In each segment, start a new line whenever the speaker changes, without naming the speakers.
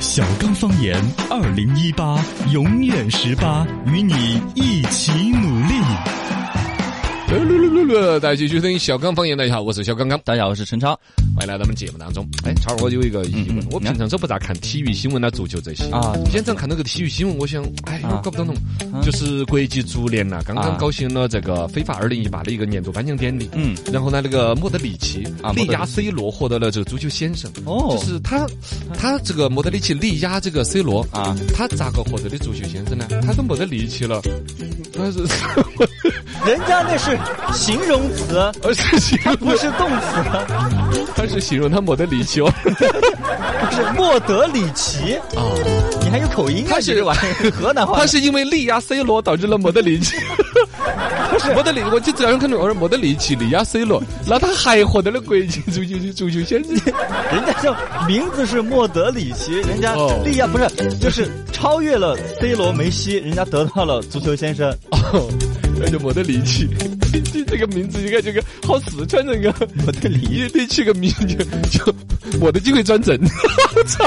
小刚方言二零一八永远十八，与你一起努力。
噜呃噜噜噜噜！大家继续收听小刚方言。大家好，我是小刚刚，
大家好，我是陈超嗯
欢迎来到我们节目当中。哎，超儿，我有一个疑问，我平常都不咋看体育新闻啊、足球这些啊。
啊，
经常看那个体育新闻，我想，哎，我
啊
搞不懂。
啊
就是国际足联呐、刚刚
啊
高兴了这个非法二零一八的一个年度颁奖典礼。
嗯，
然后呢，那个莫德里奇
啊
力
莫德
压
里
C 罗，获得了这个足球先生。
哦
就是他，他这个莫德里奇力压这个 C 罗，
啊，
他咋个获得的足球先生呢？他都没得力气了，他是。
人家那是形容词，
而是形容
不是动词，
他是形容他没得力气哦。
不是莫德里奇，
啊，
你还有口音啊？
他
你
是
这玩意 儿，河南话
他是因为力压 C 罗导致了没得力气。不是没得力，我就只要看到我说没得力气，力压 C 罗，那他还获得了国际足球足球先生。
人家叫名字是莫德里奇，人家
哦
力压不是，就是超越了 C 罗、梅西，人家得到了足球先 生。
哦，那就没得力气。这这个名字应该这个好四川人啊，
莫德里
你得起个名就就我的机会转正，操！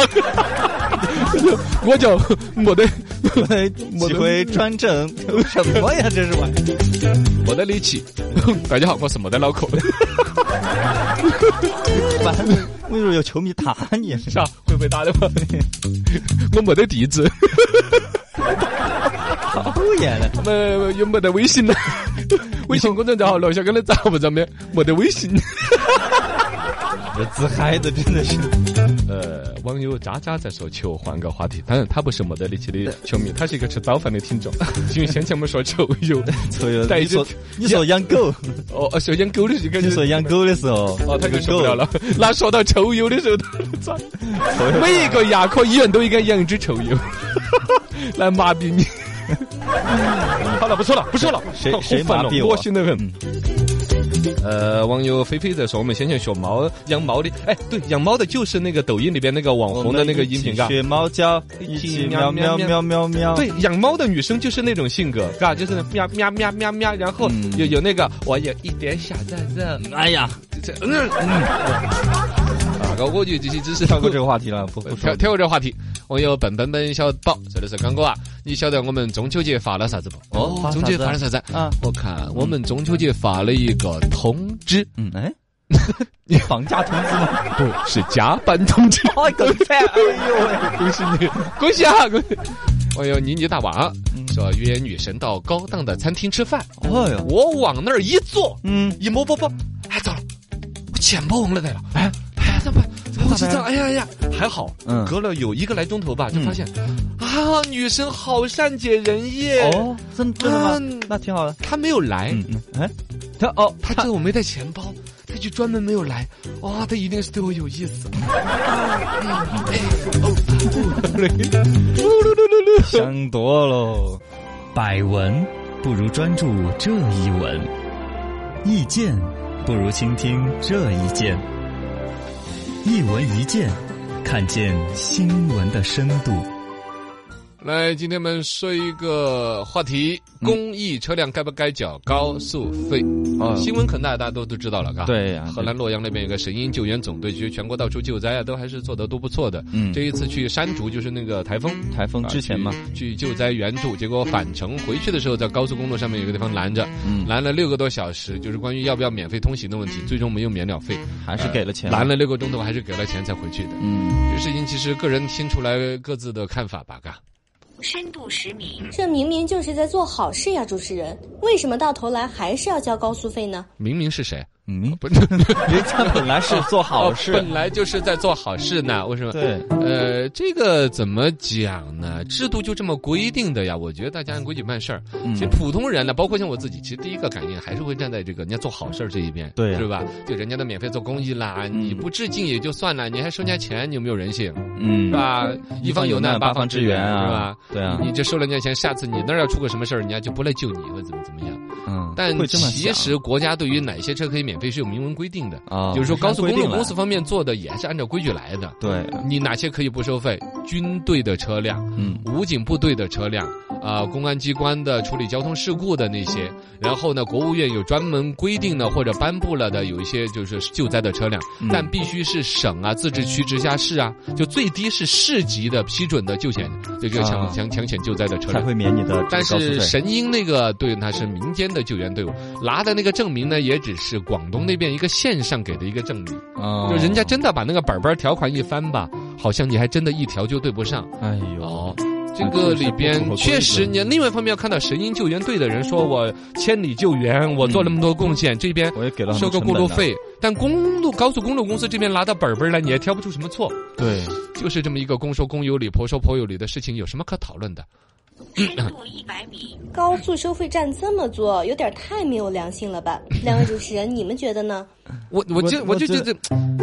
我叫没得
奇，几回专政，什么呀？这是玩意儿
没得力气。大家好，我是没得脑壳，
完了，为什么有球迷打你？
是吧？会不会打的嘛？ 我没得地址。
敷衍了。
没又没得微信了， 微信公众账号楼下跟他找不着没？没得微信。
这自嗨的真的是，
呃，网友渣渣在说球，换个话题。当然，他不是没得力气的球迷，他是一个吃早饭的听众。因为先前我们说球友，
所以
带一
你
只
说你说养狗，
哦，哦，说养狗的时候感觉
你说养。狗的时候，
哦，他就受不了了。 那说到臭友的时候，他操，
狗。
每一个牙科医院都应该养一只臭友， 来麻痹你。 好了，不说了，不说了，
谁
好
谁
烦
麻
哦
痹我
恶心得很。呃，网友菲菲在说，我们先前学猫养猫的，哎，对，养猫的就是那个抖音里边那个网红的那个音频，嘎。
学猫叫，
一
一
起
起
喵
喵
喵
喵喵
喵
喵喵。
对，养猫的女生就是那种性格，嘎，就是喵喵喵喵喵，然后
嗯
有有那个我有一点小热热，
哎呀，
这嗯嗯，啊，搞过去这些知识
跳过这个话题了，不不说
跳。跳过这个话题，网友本本本小宝说的是刚哥啊，你晓得我们中秋节发了啥子不？
哦发
中秋节发了啥子？
啊，
我看我们中秋节发了一个通知，
嗯，哎，房价通知吗？
不是加班 通知。
哎，狗蛋，哎呦喂！
恭喜你，恭喜啊，恭喜！网友妮妮大娃说约女神到高档的餐厅吃饭，
哎呦，
我往那儿一坐，
嗯，
一摸包包，哎，糟了，我钱包忘了带了，哎
哎。
哎，怎么办？怎么
办
这样？哎呀哎呀，还好，
嗯
隔了有一个来钟头吧，就发现，啊，女神好善解人意，
哦，真真的
嗯
吗？那挺好的。
她没有来，
嗯嗯，哎，他哦，
她知道我没带钱包，她就专门没有来，哇、她一定是对我有意思。
想多喽。
百闻不如专注这一闻，意见不如倾听这一见。一闻一见，看见新闻的深度。
来，今天我们说一个话题：
嗯
公益车辆该不该缴高速费？
哦
新闻可能大家大家都都知道了，嘎。。
对呀，
河南洛阳那边有个神鹰救援总队，其实全国到处救灾啊，都还是做得都不错的。
嗯
这一次去山竹就是那个台风
台风之前嘛，
啊去去救灾援助，结果返程回去的时候，在高速公路上面有个地方拦着，
嗯，
拦了六个多小时，就是关于要不要免费通行的问题，最终没有免了费，
还是给了钱。
拦，了六个钟头，还是给了钱才回去的。
嗯，
这个事情其实个人听出来各自的看法吧，嘎。
深度十米，
这明明就是在做好事呀，主持人，为什么到头来还是要交高速费呢？
明明是谁？
嗯，
不是。
人家本来是做好事
哦，本来就是在做好事呢，为什么？
对，
呃，这个怎么讲呢？制度就这么规定的呀。我觉得大家按规矩办事儿。
嗯
其实普通人呢，包括像我自己，其实第一个感应还是会站在这个人家做好事儿这一边，
对呀
是吧？就人家都免费做公益啦，
嗯
你不致敬也就算了，你还收人家钱，你有没有人性？
嗯
是，吧？一
一
方
方
有
有难
八
八方
支
支援
是
啊
吧？
对啊，
你这收了人家钱，下次你那儿要出个什么事儿，人家就不来救你，或者怎么怎么样。
嗯，
但
会这么
其
想
实国家对于哪些车可以免费是有明文规定的。
啊，
就是说，高速公
规
路
定了
公司方面做的也还是按照规矩来的。
对，
你哪些可以不收费？军队的车辆、
嗯
武警部队的车辆、啊、啊、公安机关的处理交通事故的那些，然后呢，国务院有专门规定呢，或者颁布了的有一些就是救灾的车辆，
嗯
但必须是省啊、自治区、直辖市啊，就最低是市级的批准的救险，这个抢
啊
抢抢险救灾的车
才
辆。
会免你的这
但
个高速
是
税。
神鹰那个队那是民间的救援队伍，拿的那个证明呢，也只是广东那边一个县上给的一个证明。
哦
就人家，真的把那个本本条款一翻吧，好像你还真的一条就对不上。
哎呦，
哦，这个里
啊这是不符合
边
规则
确实，你另外一方面要看到神鹰救援队的人说，我千里救援，我做那么多贡献，这边
我也给了
收
他
个
们成
过
本
路
的，
费，但公路高速公路公司这边拿到本本来，你也挑不出什么错，
对，
就是这么一个公说公有理，婆说婆有理的事情，有什么可讨论的？
深度一百米，
高速收费站这么做，有点太没有良心了 吧？两位主持人，你们觉得呢？
我我就
我
我就
我
觉
这
得。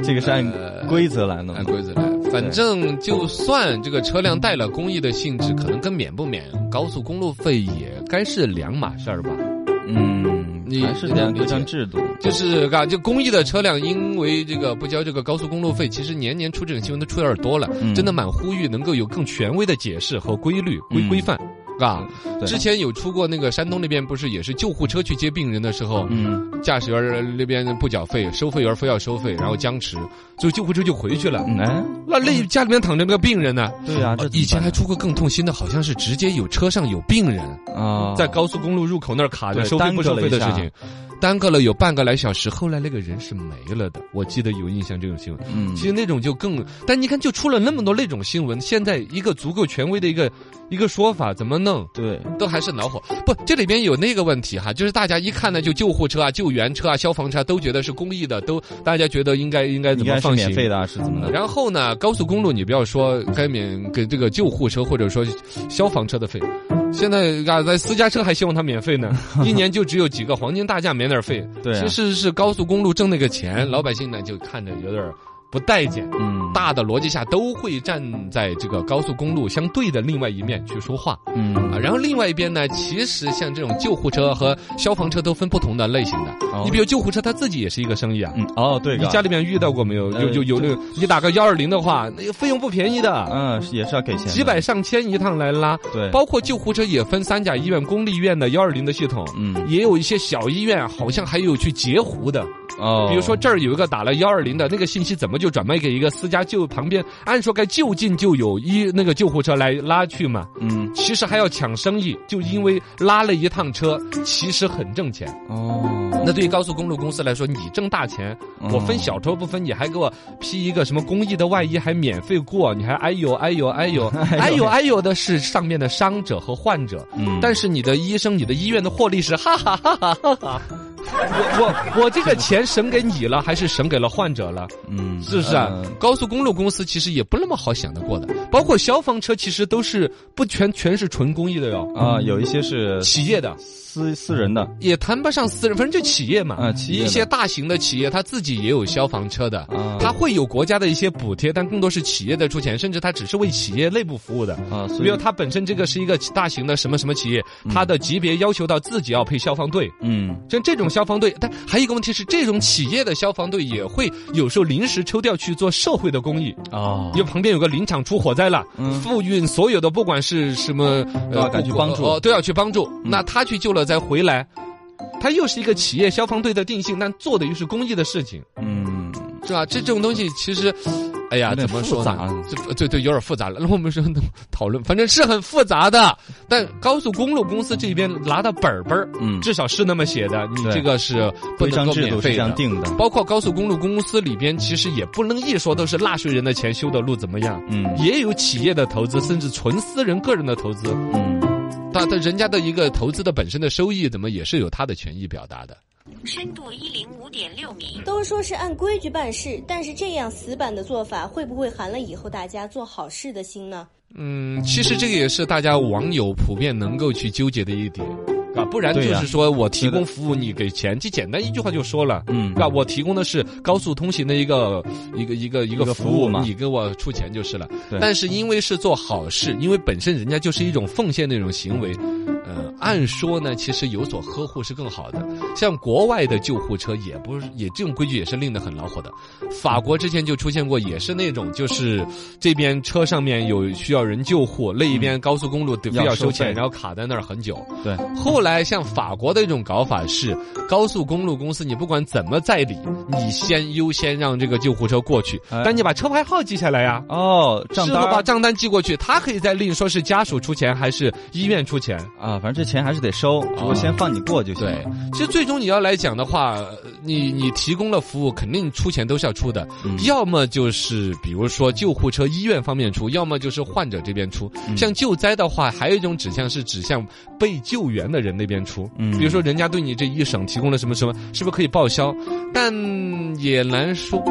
这个是
呃
按规则嗯来的
按
嘛。
规则来，反正就算这个车辆带了公益的性质，可能跟免不免高速公路费也该是两码事儿吧。
嗯，
你
还是
你
得按
理
规
解
章制度。
就是嘎，就公益的车辆，因为这个不交这个高速公路费，其实年年出这种新闻都出有点多了，
嗯
真的蛮呼吁能够有更权威的解释和规律规
嗯
规范，嘎。
对
之前有出过那个山东那边不是也是救护车去接病人的时候，
嗯，
驾驶员那边不缴费，收费员非要收费，然后僵持，最后救护车就回去了。
嗯哎，
那那家里面躺着那个病人呢？
对啊，这怎么
哦以前
办
还
呢
出过更痛心的，好像是直接有车上有病人
啊，
在高速公路入口那儿卡着
对
收费不收费的事
耽搁了
情，耽搁了有半个来小时，后来那个人是没了的，我记得有印象这种新闻。
嗯，
其实那种就更，但你看就出了那么多那种新闻，现在一个足够权威的一个一个说法怎么弄？
对，
都还是恼火。不，这里边有那个问题哈，就是大家一看呢，就救护车啊、救援车啊、消防车啊都觉得是公益的，都大家觉得应该应该
应
怎么
该是
放
免
行？
费的啊，是怎么的？
然后呢，高速公路你不要说该免给这个救护车或者说消防车的费，现在啊，在私家车还希望它免 费呢，一年就只有几个黄金大驾免点费。
对啊
其实是高速公路挣那个钱，老百姓呢就看着有点儿不待见。
嗯，
大的逻辑下都会站在这个高速公路相对的另外一面去说话啊，
嗯，
然后另外一边呢，其实像这种救护车和消防车都分不同的类型的。
哦
你比如救护车，它自己也是一个生意啊，
嗯，哦，对
你
个，
家里面遇到过没有？
呃
有有有
这
那个，你打个幺二零的话，那个费用不便宜的，
嗯，是也是要给钱的，
几百上千一趟来拉。
对，
包括救护车也分三甲医院、公立医院的幺二零的系统，
嗯
也有一些小医院，好像还有去截胡的。
哦，
比如说这儿有一个打了幺二零的，那个信息怎么就转卖给一个私家救旁边？按说该就近就有医那个救护车来拉去嘛，
嗯
其实还要抢生意，就因为拉了一趟车，其实很挣钱。
哦，
那对于高速公路公司来说，你挣大钱，我分小偷不分，你还给我批一个什么公益的外衣，还免费过，你还哎呦哎呦 哎呦哎呦哎呦的是上面的伤者和患者，
嗯
但是你的医生、你的医院的获利是哈哈哈哈哈哈。我我我这个钱省给你了，还是省给了患者了？
嗯，
是不是啊？
嗯
高速公路公司其实也不那么好想得过的，包括消防车，其实都是不全全是纯公益的哟，
啊，有一些是
企业的。
私私人的，
也谈不上私人，反正就企业嘛，
啊企业的
一些大型的企业，它自己也有消防车的，
啊
它会有国家的一些补贴，但更多是企业在出钱，甚至它只是为企业内部服务的。
啊，所
比如
以
它本身这个是一个大型的什么什么企业，它的级别要求到自己要配消防队，
嗯，
像这种消防队，但还有一个问题是，这种企业的消防队也会有时候临时抽调去做社会的公益。
哦
因为旁边有个林场出火灾了，
嗯
复运所有的不管是什么
都要呃赶去帮助嗯
哦，都要去帮助。那他去救了再回来，他又是一个企业消防队的定性，但做的又是公益的事情，
嗯，
是吧？这种东西其实，哎呀，
有点
怎么说
复杂啊
呢？这对对，有点复杂了。那我们说讨论，反正是很复杂的。但高速公路公司这边拿到本儿本儿，
嗯
至少是那么写的，你
对
这个是不
规
能
章
够
制
免
度是
费
这样
的。
定的，
包括高速公路公司里边，其实也不能一说都是纳税人的钱修的路怎么样，
嗯
也有企业的投资，甚至纯私人个人的投资，
嗯，
但但人家的一个投资的本身的收益，怎么也是有他的权益表达的。
深度一零五点六米，
都说是按规矩办事，但是这样死板的做法，会不会寒了以后大家做好事的心呢？
嗯，其实这个也是大家网友普遍能够去纠结的一点。啊，不然就
对呀
是说我提供服务，你给钱，就简单一句话就说了。
嗯
啊，我提供的是高速通行的一个一个一个一
一
个
个
服
服务嘛
你给我出钱就是了
对。
但是因为是做好事，因为本身人家就是一种奉献的一种行为，呃，按说呢，其实有所呵护是更好的。像国外的救护车也不是也这种规矩也是令得很恼火的。法国之前就出现过，也是那种就是这边车上面有需要人救护，另一边高速公路得非
嗯要
要
收
收钱，
费
然后卡在那儿很久。
对，
后来像法国的一种搞法是，高速公路公司你不管怎么在理，你先优先让这个救护车过去，
哎
但你把车牌号记下来呀、
哦，账
事
单
后把
儿
账单寄过去，他可以再另说是家属出钱还是医院出钱。
啊，反正这钱还是得收，只不过先放你过就行了。
哦对，其实最终你要来讲的话，呃你你提供了服务，肯定出钱都是要出的，
嗯
要么就是比如说救护车、医院方面出，要么就是患者这边出。像救灾的话，还有一种指向是指向被救援的人那边出，
嗯
比如说人家对你这一省提供了什么什么，是不是可以报销？但也难说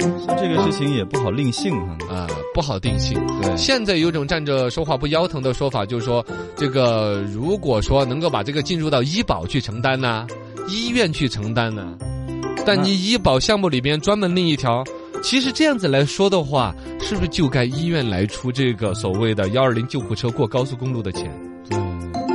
所以这个事情也不好令性哈。
啊、不好定性。
对
现在有种站着说话不腰疼的说法，就是说，这个如果说能够把这个进入到医保去承担呐、医院去承担呐、但你医保项目里边专门另一条，其实这样子来说的话，是不是就该医院来出这个所谓的幺二零救护车过高速公路的钱？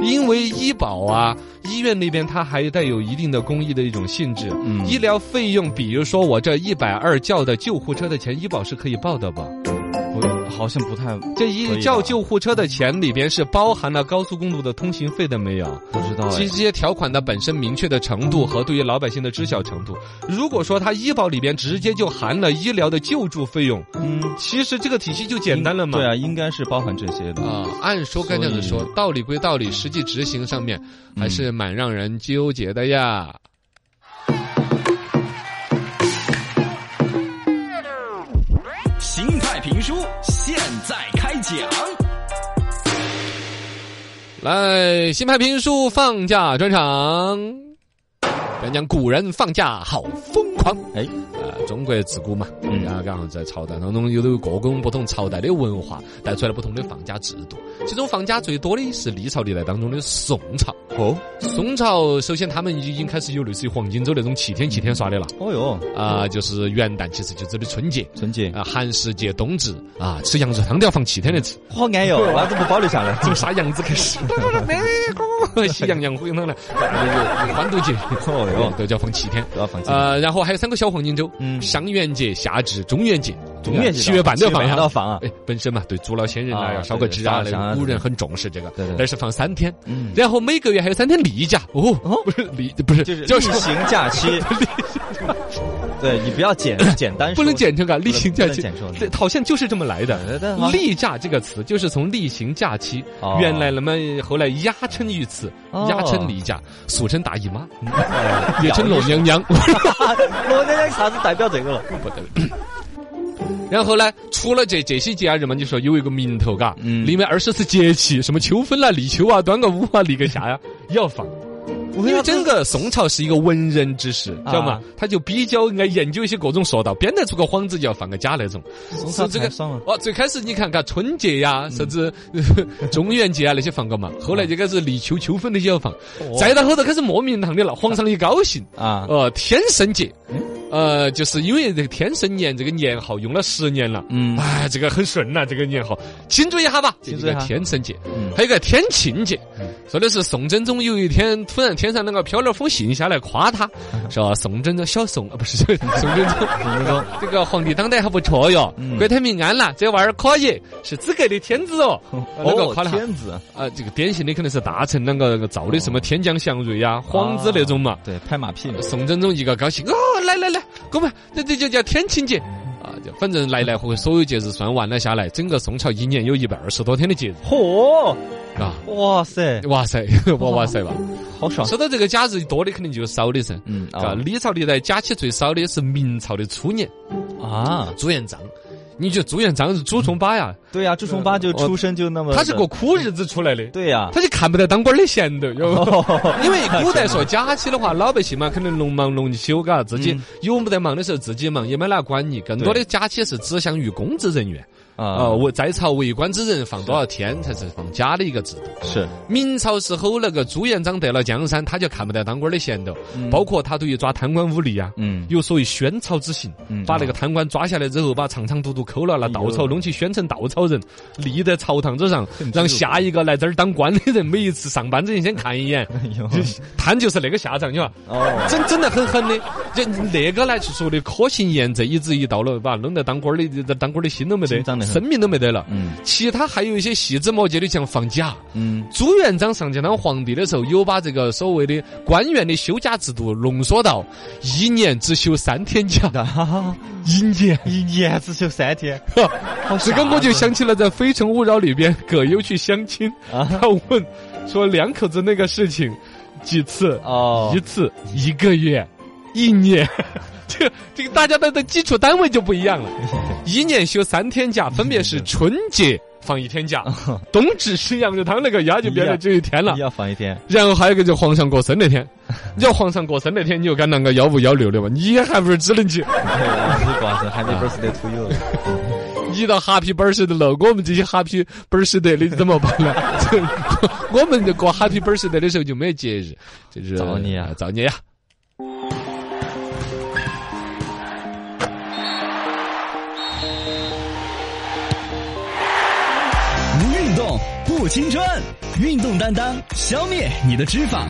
因为医保啊，医院那边它还带有一定的公益的一种性质。
嗯
医疗费用，比如说我这一百二叫的救护车的钱，医保是可以报的吧？
我好像不太
这
可以
一
的
叫救护车的钱里边是包含了高速公路的通行费的没有？
不知道
其
哎
实这些条款的本身明确的程度和对于老百姓的知晓程度，如果说它医保里边直接就含了医疗的救助费用，
嗯，
其实这个体系就简单了嘛。
对啊，应该是包含这些的。
啊、按说该这样子说
所，嗯
道理归道理，实际执行上面还是蛮让人纠结的呀。
心态评书现在开讲。
来，新派评书放假专场，讲讲古人放假好疯狂。
哎，
呃，中国自古嘛，啊
嗯
然后然后在朝代当中有有各种不同朝代的文化带出来不同的放假制度，其中放假最多的是历朝历代当中的宋朝。
哦，
宋朝首先他们已经开始有类似于黄金周那种七天七天耍的了，
哦哟，
啊、就是元旦，其实就是这里春节。
陈姐，
啊，寒食节、冬至啊，吃羊肉汤都要放七天来吃，
好安哟，老子不保留下来。
做啥羊子开始？ 喜羊羊、灰羊汤来，欢度节，
哦哟，
都叫放七天。
不要放弃。
呃，然后还有三个小黄金周，
嗯
上元节、下至中元节，
中元节
七月半都要放
七月半
呀
都要放啊
哎，本身嘛，对祖老先人啊，
啊
要烧个纸啊，
对对
那
烧
个
香
古人很重视这个
对对，对
但是放三天
嗯，
然后每个月还有三天例假，哦， 不是例，不是，
就是
叫
例
什么？
行假 期。对你不要简简单
不
说，
能简称啊，例行假期
不能简称，
这好像就是这么来
对对
的
对好。
例假这个词就是从例行假期
哦，
原来那么后来压称于此，
哦哎
压称例假，俗称大 姨妈，也称老娘娘。
我那个啥子代表这个了？
然后呢，除了这这些节日嘛，你说有一个名头，嘎，
嗯
里面二十四节气，什么秋分啦、立秋啊、端个午啊、立个夏呀，
嗯
也要放。因为整个宋朝是一个文人之士，知道吗
啊？
他就比较爱研究一些各种说道，编得出个幌子就要放个假那种。
是
这
这
个
个爽了。
哦，最开始你看看春节呀，甚至 呃中元节啊那些放个嘛，后来就开始立秋、秋分那些要放，再到后头开始莫名堂的了，皇上一高兴。
啊，
呃，天圣节，呃，就是因为这个天圣年这个年号用了十年了，
嗯
哎，这个很顺呐、这个年号，庆祝一下吧，
庆祝一下
这个天圣节，
嗯
还有个天庆节，说的是宋真宗有一天突然天上那个飘了封信下来夸他，
嗯
说宋真宗小宋啊，不是宋 真宗，宋真宗这个皇帝当得还不错哟，
嗯
国泰民安啦，这娃儿可以，是资格的天子哦，呃那个夸了他。
天哦子，
啊，这个典型的肯定是大臣啷个那个造的什么天降祥瑞呀、皇子那种嘛。
对，拍马屁嘛。
宋真宗一个高兴，哦，来来来，哥们，这这就叫天庆节啊！就反正来来回回所有节日算完了下来，整个宋朝一年有一百二十多天的节日
嚯，
啊！
哇塞，
哇塞， 哇哇塞吧！
好爽。
说到这个假日多的肯定就是少的噻。
嗯
啊，
啊
历朝历代假期最少的是明朝的初年
啊，
朱元璋。你觉得朱元璋是祖宗八呀？
对啊呀，朱重八就出生就那么，
呃他是个苦日子出来的，
对 呀，
他就看不得当官的闲的，有没有
哦
因为古代说假期的话，老百姓嘛，可能农忙农休，嘎，
嗯
自己有没得忙的时候自己忙，也没哪管你。更多的假期是指向于公职人员，
啊
呃，我在朝为官之人放多少天才是放假的一个制度。
是
明朝时候那个朱元璋得了江山，他就看不得当官的闲头，包括他对于抓贪官污吏啊，
嗯
有所谓宣朝之刑，
嗯
把那个贪官抓下来之后，把长长肚肚抠了，拿稻草弄起宣成稻草人，立在朝堂 之上，让下一个来这儿当官的人，每一次上班之前先看一眼，
有
贪就是那个下场，你看。
哦，
真真的很狠的，这那个呢，就说的可信言这一直一到了，把弄得当官儿的当官儿的心都没
心
得
脏，得很
生命都没得了。
嗯
其他还有一些细枝末节的，像放假。
嗯
朱元璋上去当皇帝的时候，有把这个所谓的官员的休假制度浓缩到一年只休三天假，
啊，
一年。
一年只休三天，
这个我就想起了在《非诚勿扰》里边，葛优去相亲，
啊
他问说两口子那个事情几次，
哦
一，次一个月，一年， 这这个大家的的基础单位就不 一样了。一年休三天假，分别是春节放一天假，冬至吃羊肉汤那个鸭就变成只有一天了
哦一。要放一天，
然后还有一个就皇上过生那 天，你要皇上过生那天，你又敢啷个幺五幺六的嘛？你还不是只能去？
是瓜子，Happy birthday to you，
你到哈皮本儿似的了，我们这些哈皮本儿似的的怎么办 呢？ 我们就过哈皮本儿似的的时候就没有节日，就是呃
造孽啊
造孽呀！
不运动不青春，运动担当消灭你的脂肪。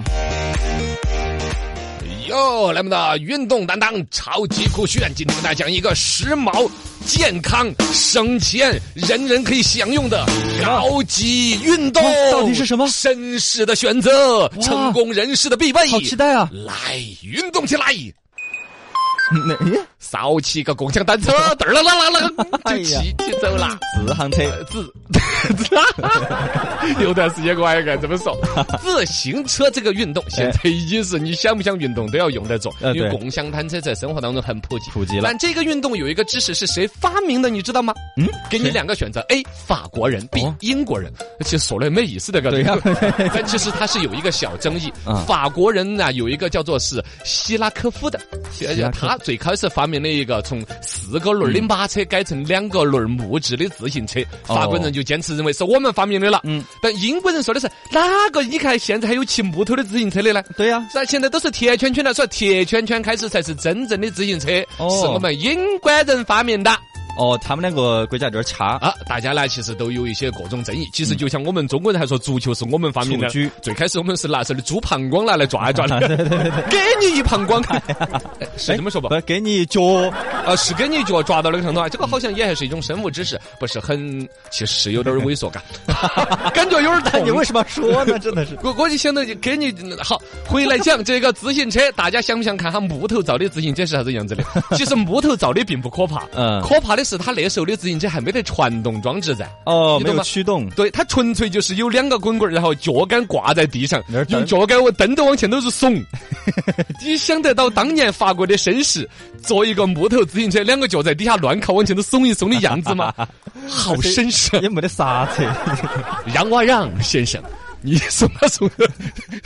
哟，哎来我们的运动担当超级酷炫，今天跟大家讲一个时髦、健康、省钱、人人可以享用的高级运动，
到底是什么
绅士的选择，成功人士的必备。
好期待啊！
来，运动起来！
哪
扫起个共享单车，嘚儿啦啦啦啦，
哎
就
呀
骑起走啦。
自行车
自， 有段时间我还该这么 说，自行车这个运动现在已经是你想不想运动都要用得着，
哎呃
因为
对
共享单车在生活当中很普及。
普及了
但这个运动有一个知识是谁发明的，你知道吗？嗯，给你两个选择：A. 法国人；B. 英国人。其实说了没意思的，
哦对呀
但其实它是有一个小争议
啊。
法国人呢有一个叫做是希拉科夫的，
拉科夫
他最开始发明了一个从四个轮儿的马车改成两个轮儿木质的自行车，
哦
法国人就坚持认为是我们发明的了。
嗯
但英国人说的是哪个？你看现在还有骑木头的自行车的呢？
对呀
那现在都是铁圈圈了，所以铁圈圈开始才是真正的自行车，
哦
是我们英国人发明的。
哦，他们两个国家有点差，
啊，大家呢其实都有一些各种争议。
嗯
其实就像我们中国人还说足球是我们发明的
蹴鞠，
最开始我们是拿手的猪膀胱拿来抓一 抓的， 给你一膀胱，哎是这么说吧
不？是给你一脚，
啊，是给你一脚抓到那个上头啊，这个好像也还是一种生物知识，不是很，其实有点猥琐 感， 感觉有点
但
痛。
你。为什么要说呢？真的是
我我就想到就给你好回来讲这个自行车，大家想不想看下木头造的自行车是啥子 样子的？其实木头造的并不可怕，
嗯
可怕的是它那时候的自行车还没得传动装置在。
哦，
你
没有
懂吗
驱动，
对，它纯粹就是有两个滚棍儿，然后脚杆挂在地上
那儿，蹬
用脚杆我蹬着往前都 是耸。你想得到当年法国的绅士坐一个木头自行车，两个脚在底下乱靠往前都耸一耸的样子 吗？好绅士，
也没得刹车，
让我让先生，你耸啊耸啊，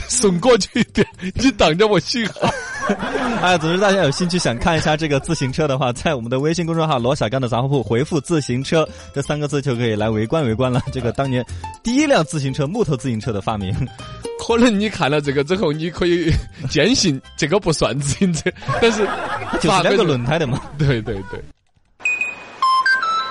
耸过去一点，你挡着我信号。
哎，总之大家有兴趣想看一下这个自行车的话，在我们的微信公众号“罗小刚的杂货铺”回复“自行车”这三个字就可以来围观围观了。这个当年第一辆自行车木头自行车的发明，
可能你看了这个之后，你可以 坚信这个不算自行车，但是
就是
法
两
国
个
人
轮胎的嘛。
对对对。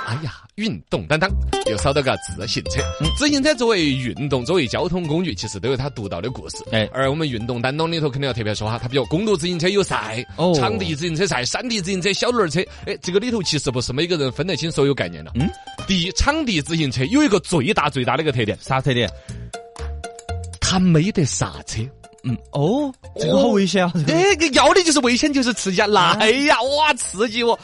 哎呀，运动担当又少到个自行车。自行车作为运动、作为交通工具，其实都有它独到的故事。
哎
而我们运动担当里头肯定要特别说哈，它比如公路自行车有赛，
哦
场地自行车赛、山地自行车、小轮儿车，哎，这个里头其实不是每个人分得清所有概念的。
嗯，
第一，场地自行车有一个最大最大的一个特点，
啥特点？
它没得刹车。
嗯，哦，这个好危险啊！这个
哎，个要的就是危险，就是刺激啊！来呀，哇，刺激哦！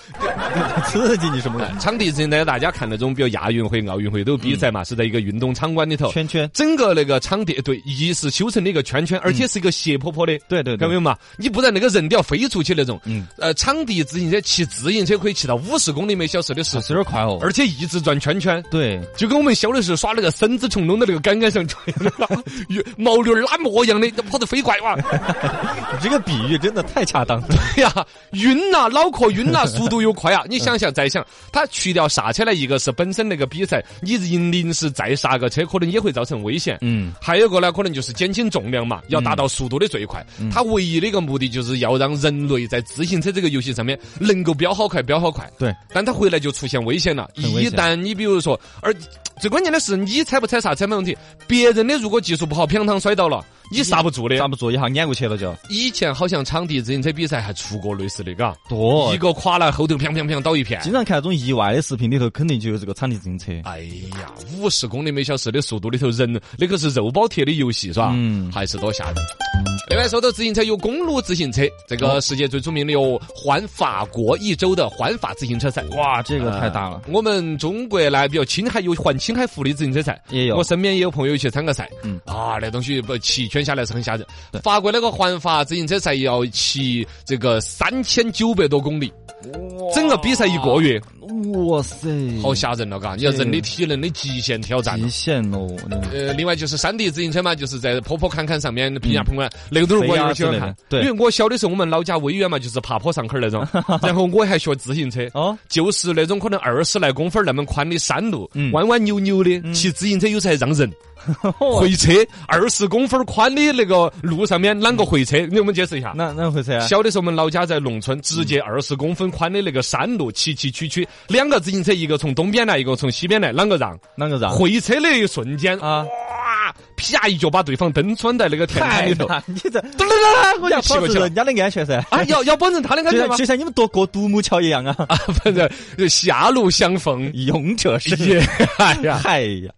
刺激你什么
哎
了？
场地之前呢，大家看那种，比如亚运会、奥运会都有比赛嘛，是在一个运动场馆里头。
圈圈，
整个那个场地对，一是修成了一个圈圈，而且是一个斜坡坡的，
对对
看到没
对，
有嘛？你不然那个人都要飞出去那种。
嗯
呃，场地自行车骑自行车可以骑到五十公里每小时的时速，
有点快哦。
而且一直转圈圈。
对，
就 跟我们小的时候耍那个绳子虫弄到那个杆杆上，越毛驴儿拉磨一样的，跑得飞拐哇！
你这个比喻真的太恰 当了。
哎呀，晕呐、脑壳晕呐、速度又快啊！你想想再想，他去掉刹车呢，一个是本身那个比赛，你临临时再刹个车，可能也会造成危险。
嗯，
还有一个呢，可能就是减轻重量嘛，要达到速度的最快。它
嗯
唯一的一个目的就是要让人类在自行车这个游戏上面能够飙好快，飙好快。
对，
但它回来就出现危险了。
很危
一
险
旦你比如说，而最关键的是你踩不踩刹车没问题，别人的如果技术不好，平躺摔倒了，你刹不住的。
刹不住，一下撵过去了就。
以前好像场地自行车比赛还出过类似的，嘎，
多
一个垮了，后头砰砰砰倒一片。
经常看那种意外的视频里头，肯定就有这个场地自行车。
哎呀，五十公里每小时的速度里头，人那个是肉包铁的游戏，是吧？
嗯
还是多吓人。另外，说到自行车，有公路自行车，这个世界最著名的有环法国一周的环法自行车赛。
哇，这个太大了。
我们中国呢比较青海有环青海湖的自行车赛，
也有
我身边也有朋友去参加赛，
嗯
啊，那东西不骑一圈下来是很吓人。法国那个环法自行车赛要骑这个三千九百多公里，整个比赛一个月，
哇塞，
好吓人了，嘎！你要人的体能的极限挑战
嗯极。限哦！那个
呃，另外就是山地自行车嘛，就是在坡坡坎坎上面平呀平啊，那个都是
飞
我有
呀
点喜
嗯
欢
之类的
看。
对
因为我小的时候我们老家威远嘛，就是爬坡上坎儿 那种，然后我还学自行车。
哦，
就是那种可能二十来公分儿那么宽的山路，
嗯
弯弯扭扭的，骑自行车有时还 让人
哦
回车。二十公分儿宽的那个路上面啷个回车？你给我们解释一下。
那那会谁啊？
小的时候，我们老家在农村，直接二十公分宽的那个山路，崎崎岖岖，两个自行车，一个从东边来，一个从西边来，啷个让？
啷个让
回车的一瞬间，
啊？
哇，啪一脚把对方蹬穿在那个田坎里头，
大你这
嘟噜噜噜
啊我
我就
要
骑
保
过
持
去了
人。家的安全噻。
啊，要要保证他的安
就
全吗
像？就像你们多过独木桥一样啊，
反正就狭路相逢，
勇者是 啊
也哎呀。
嗨呀，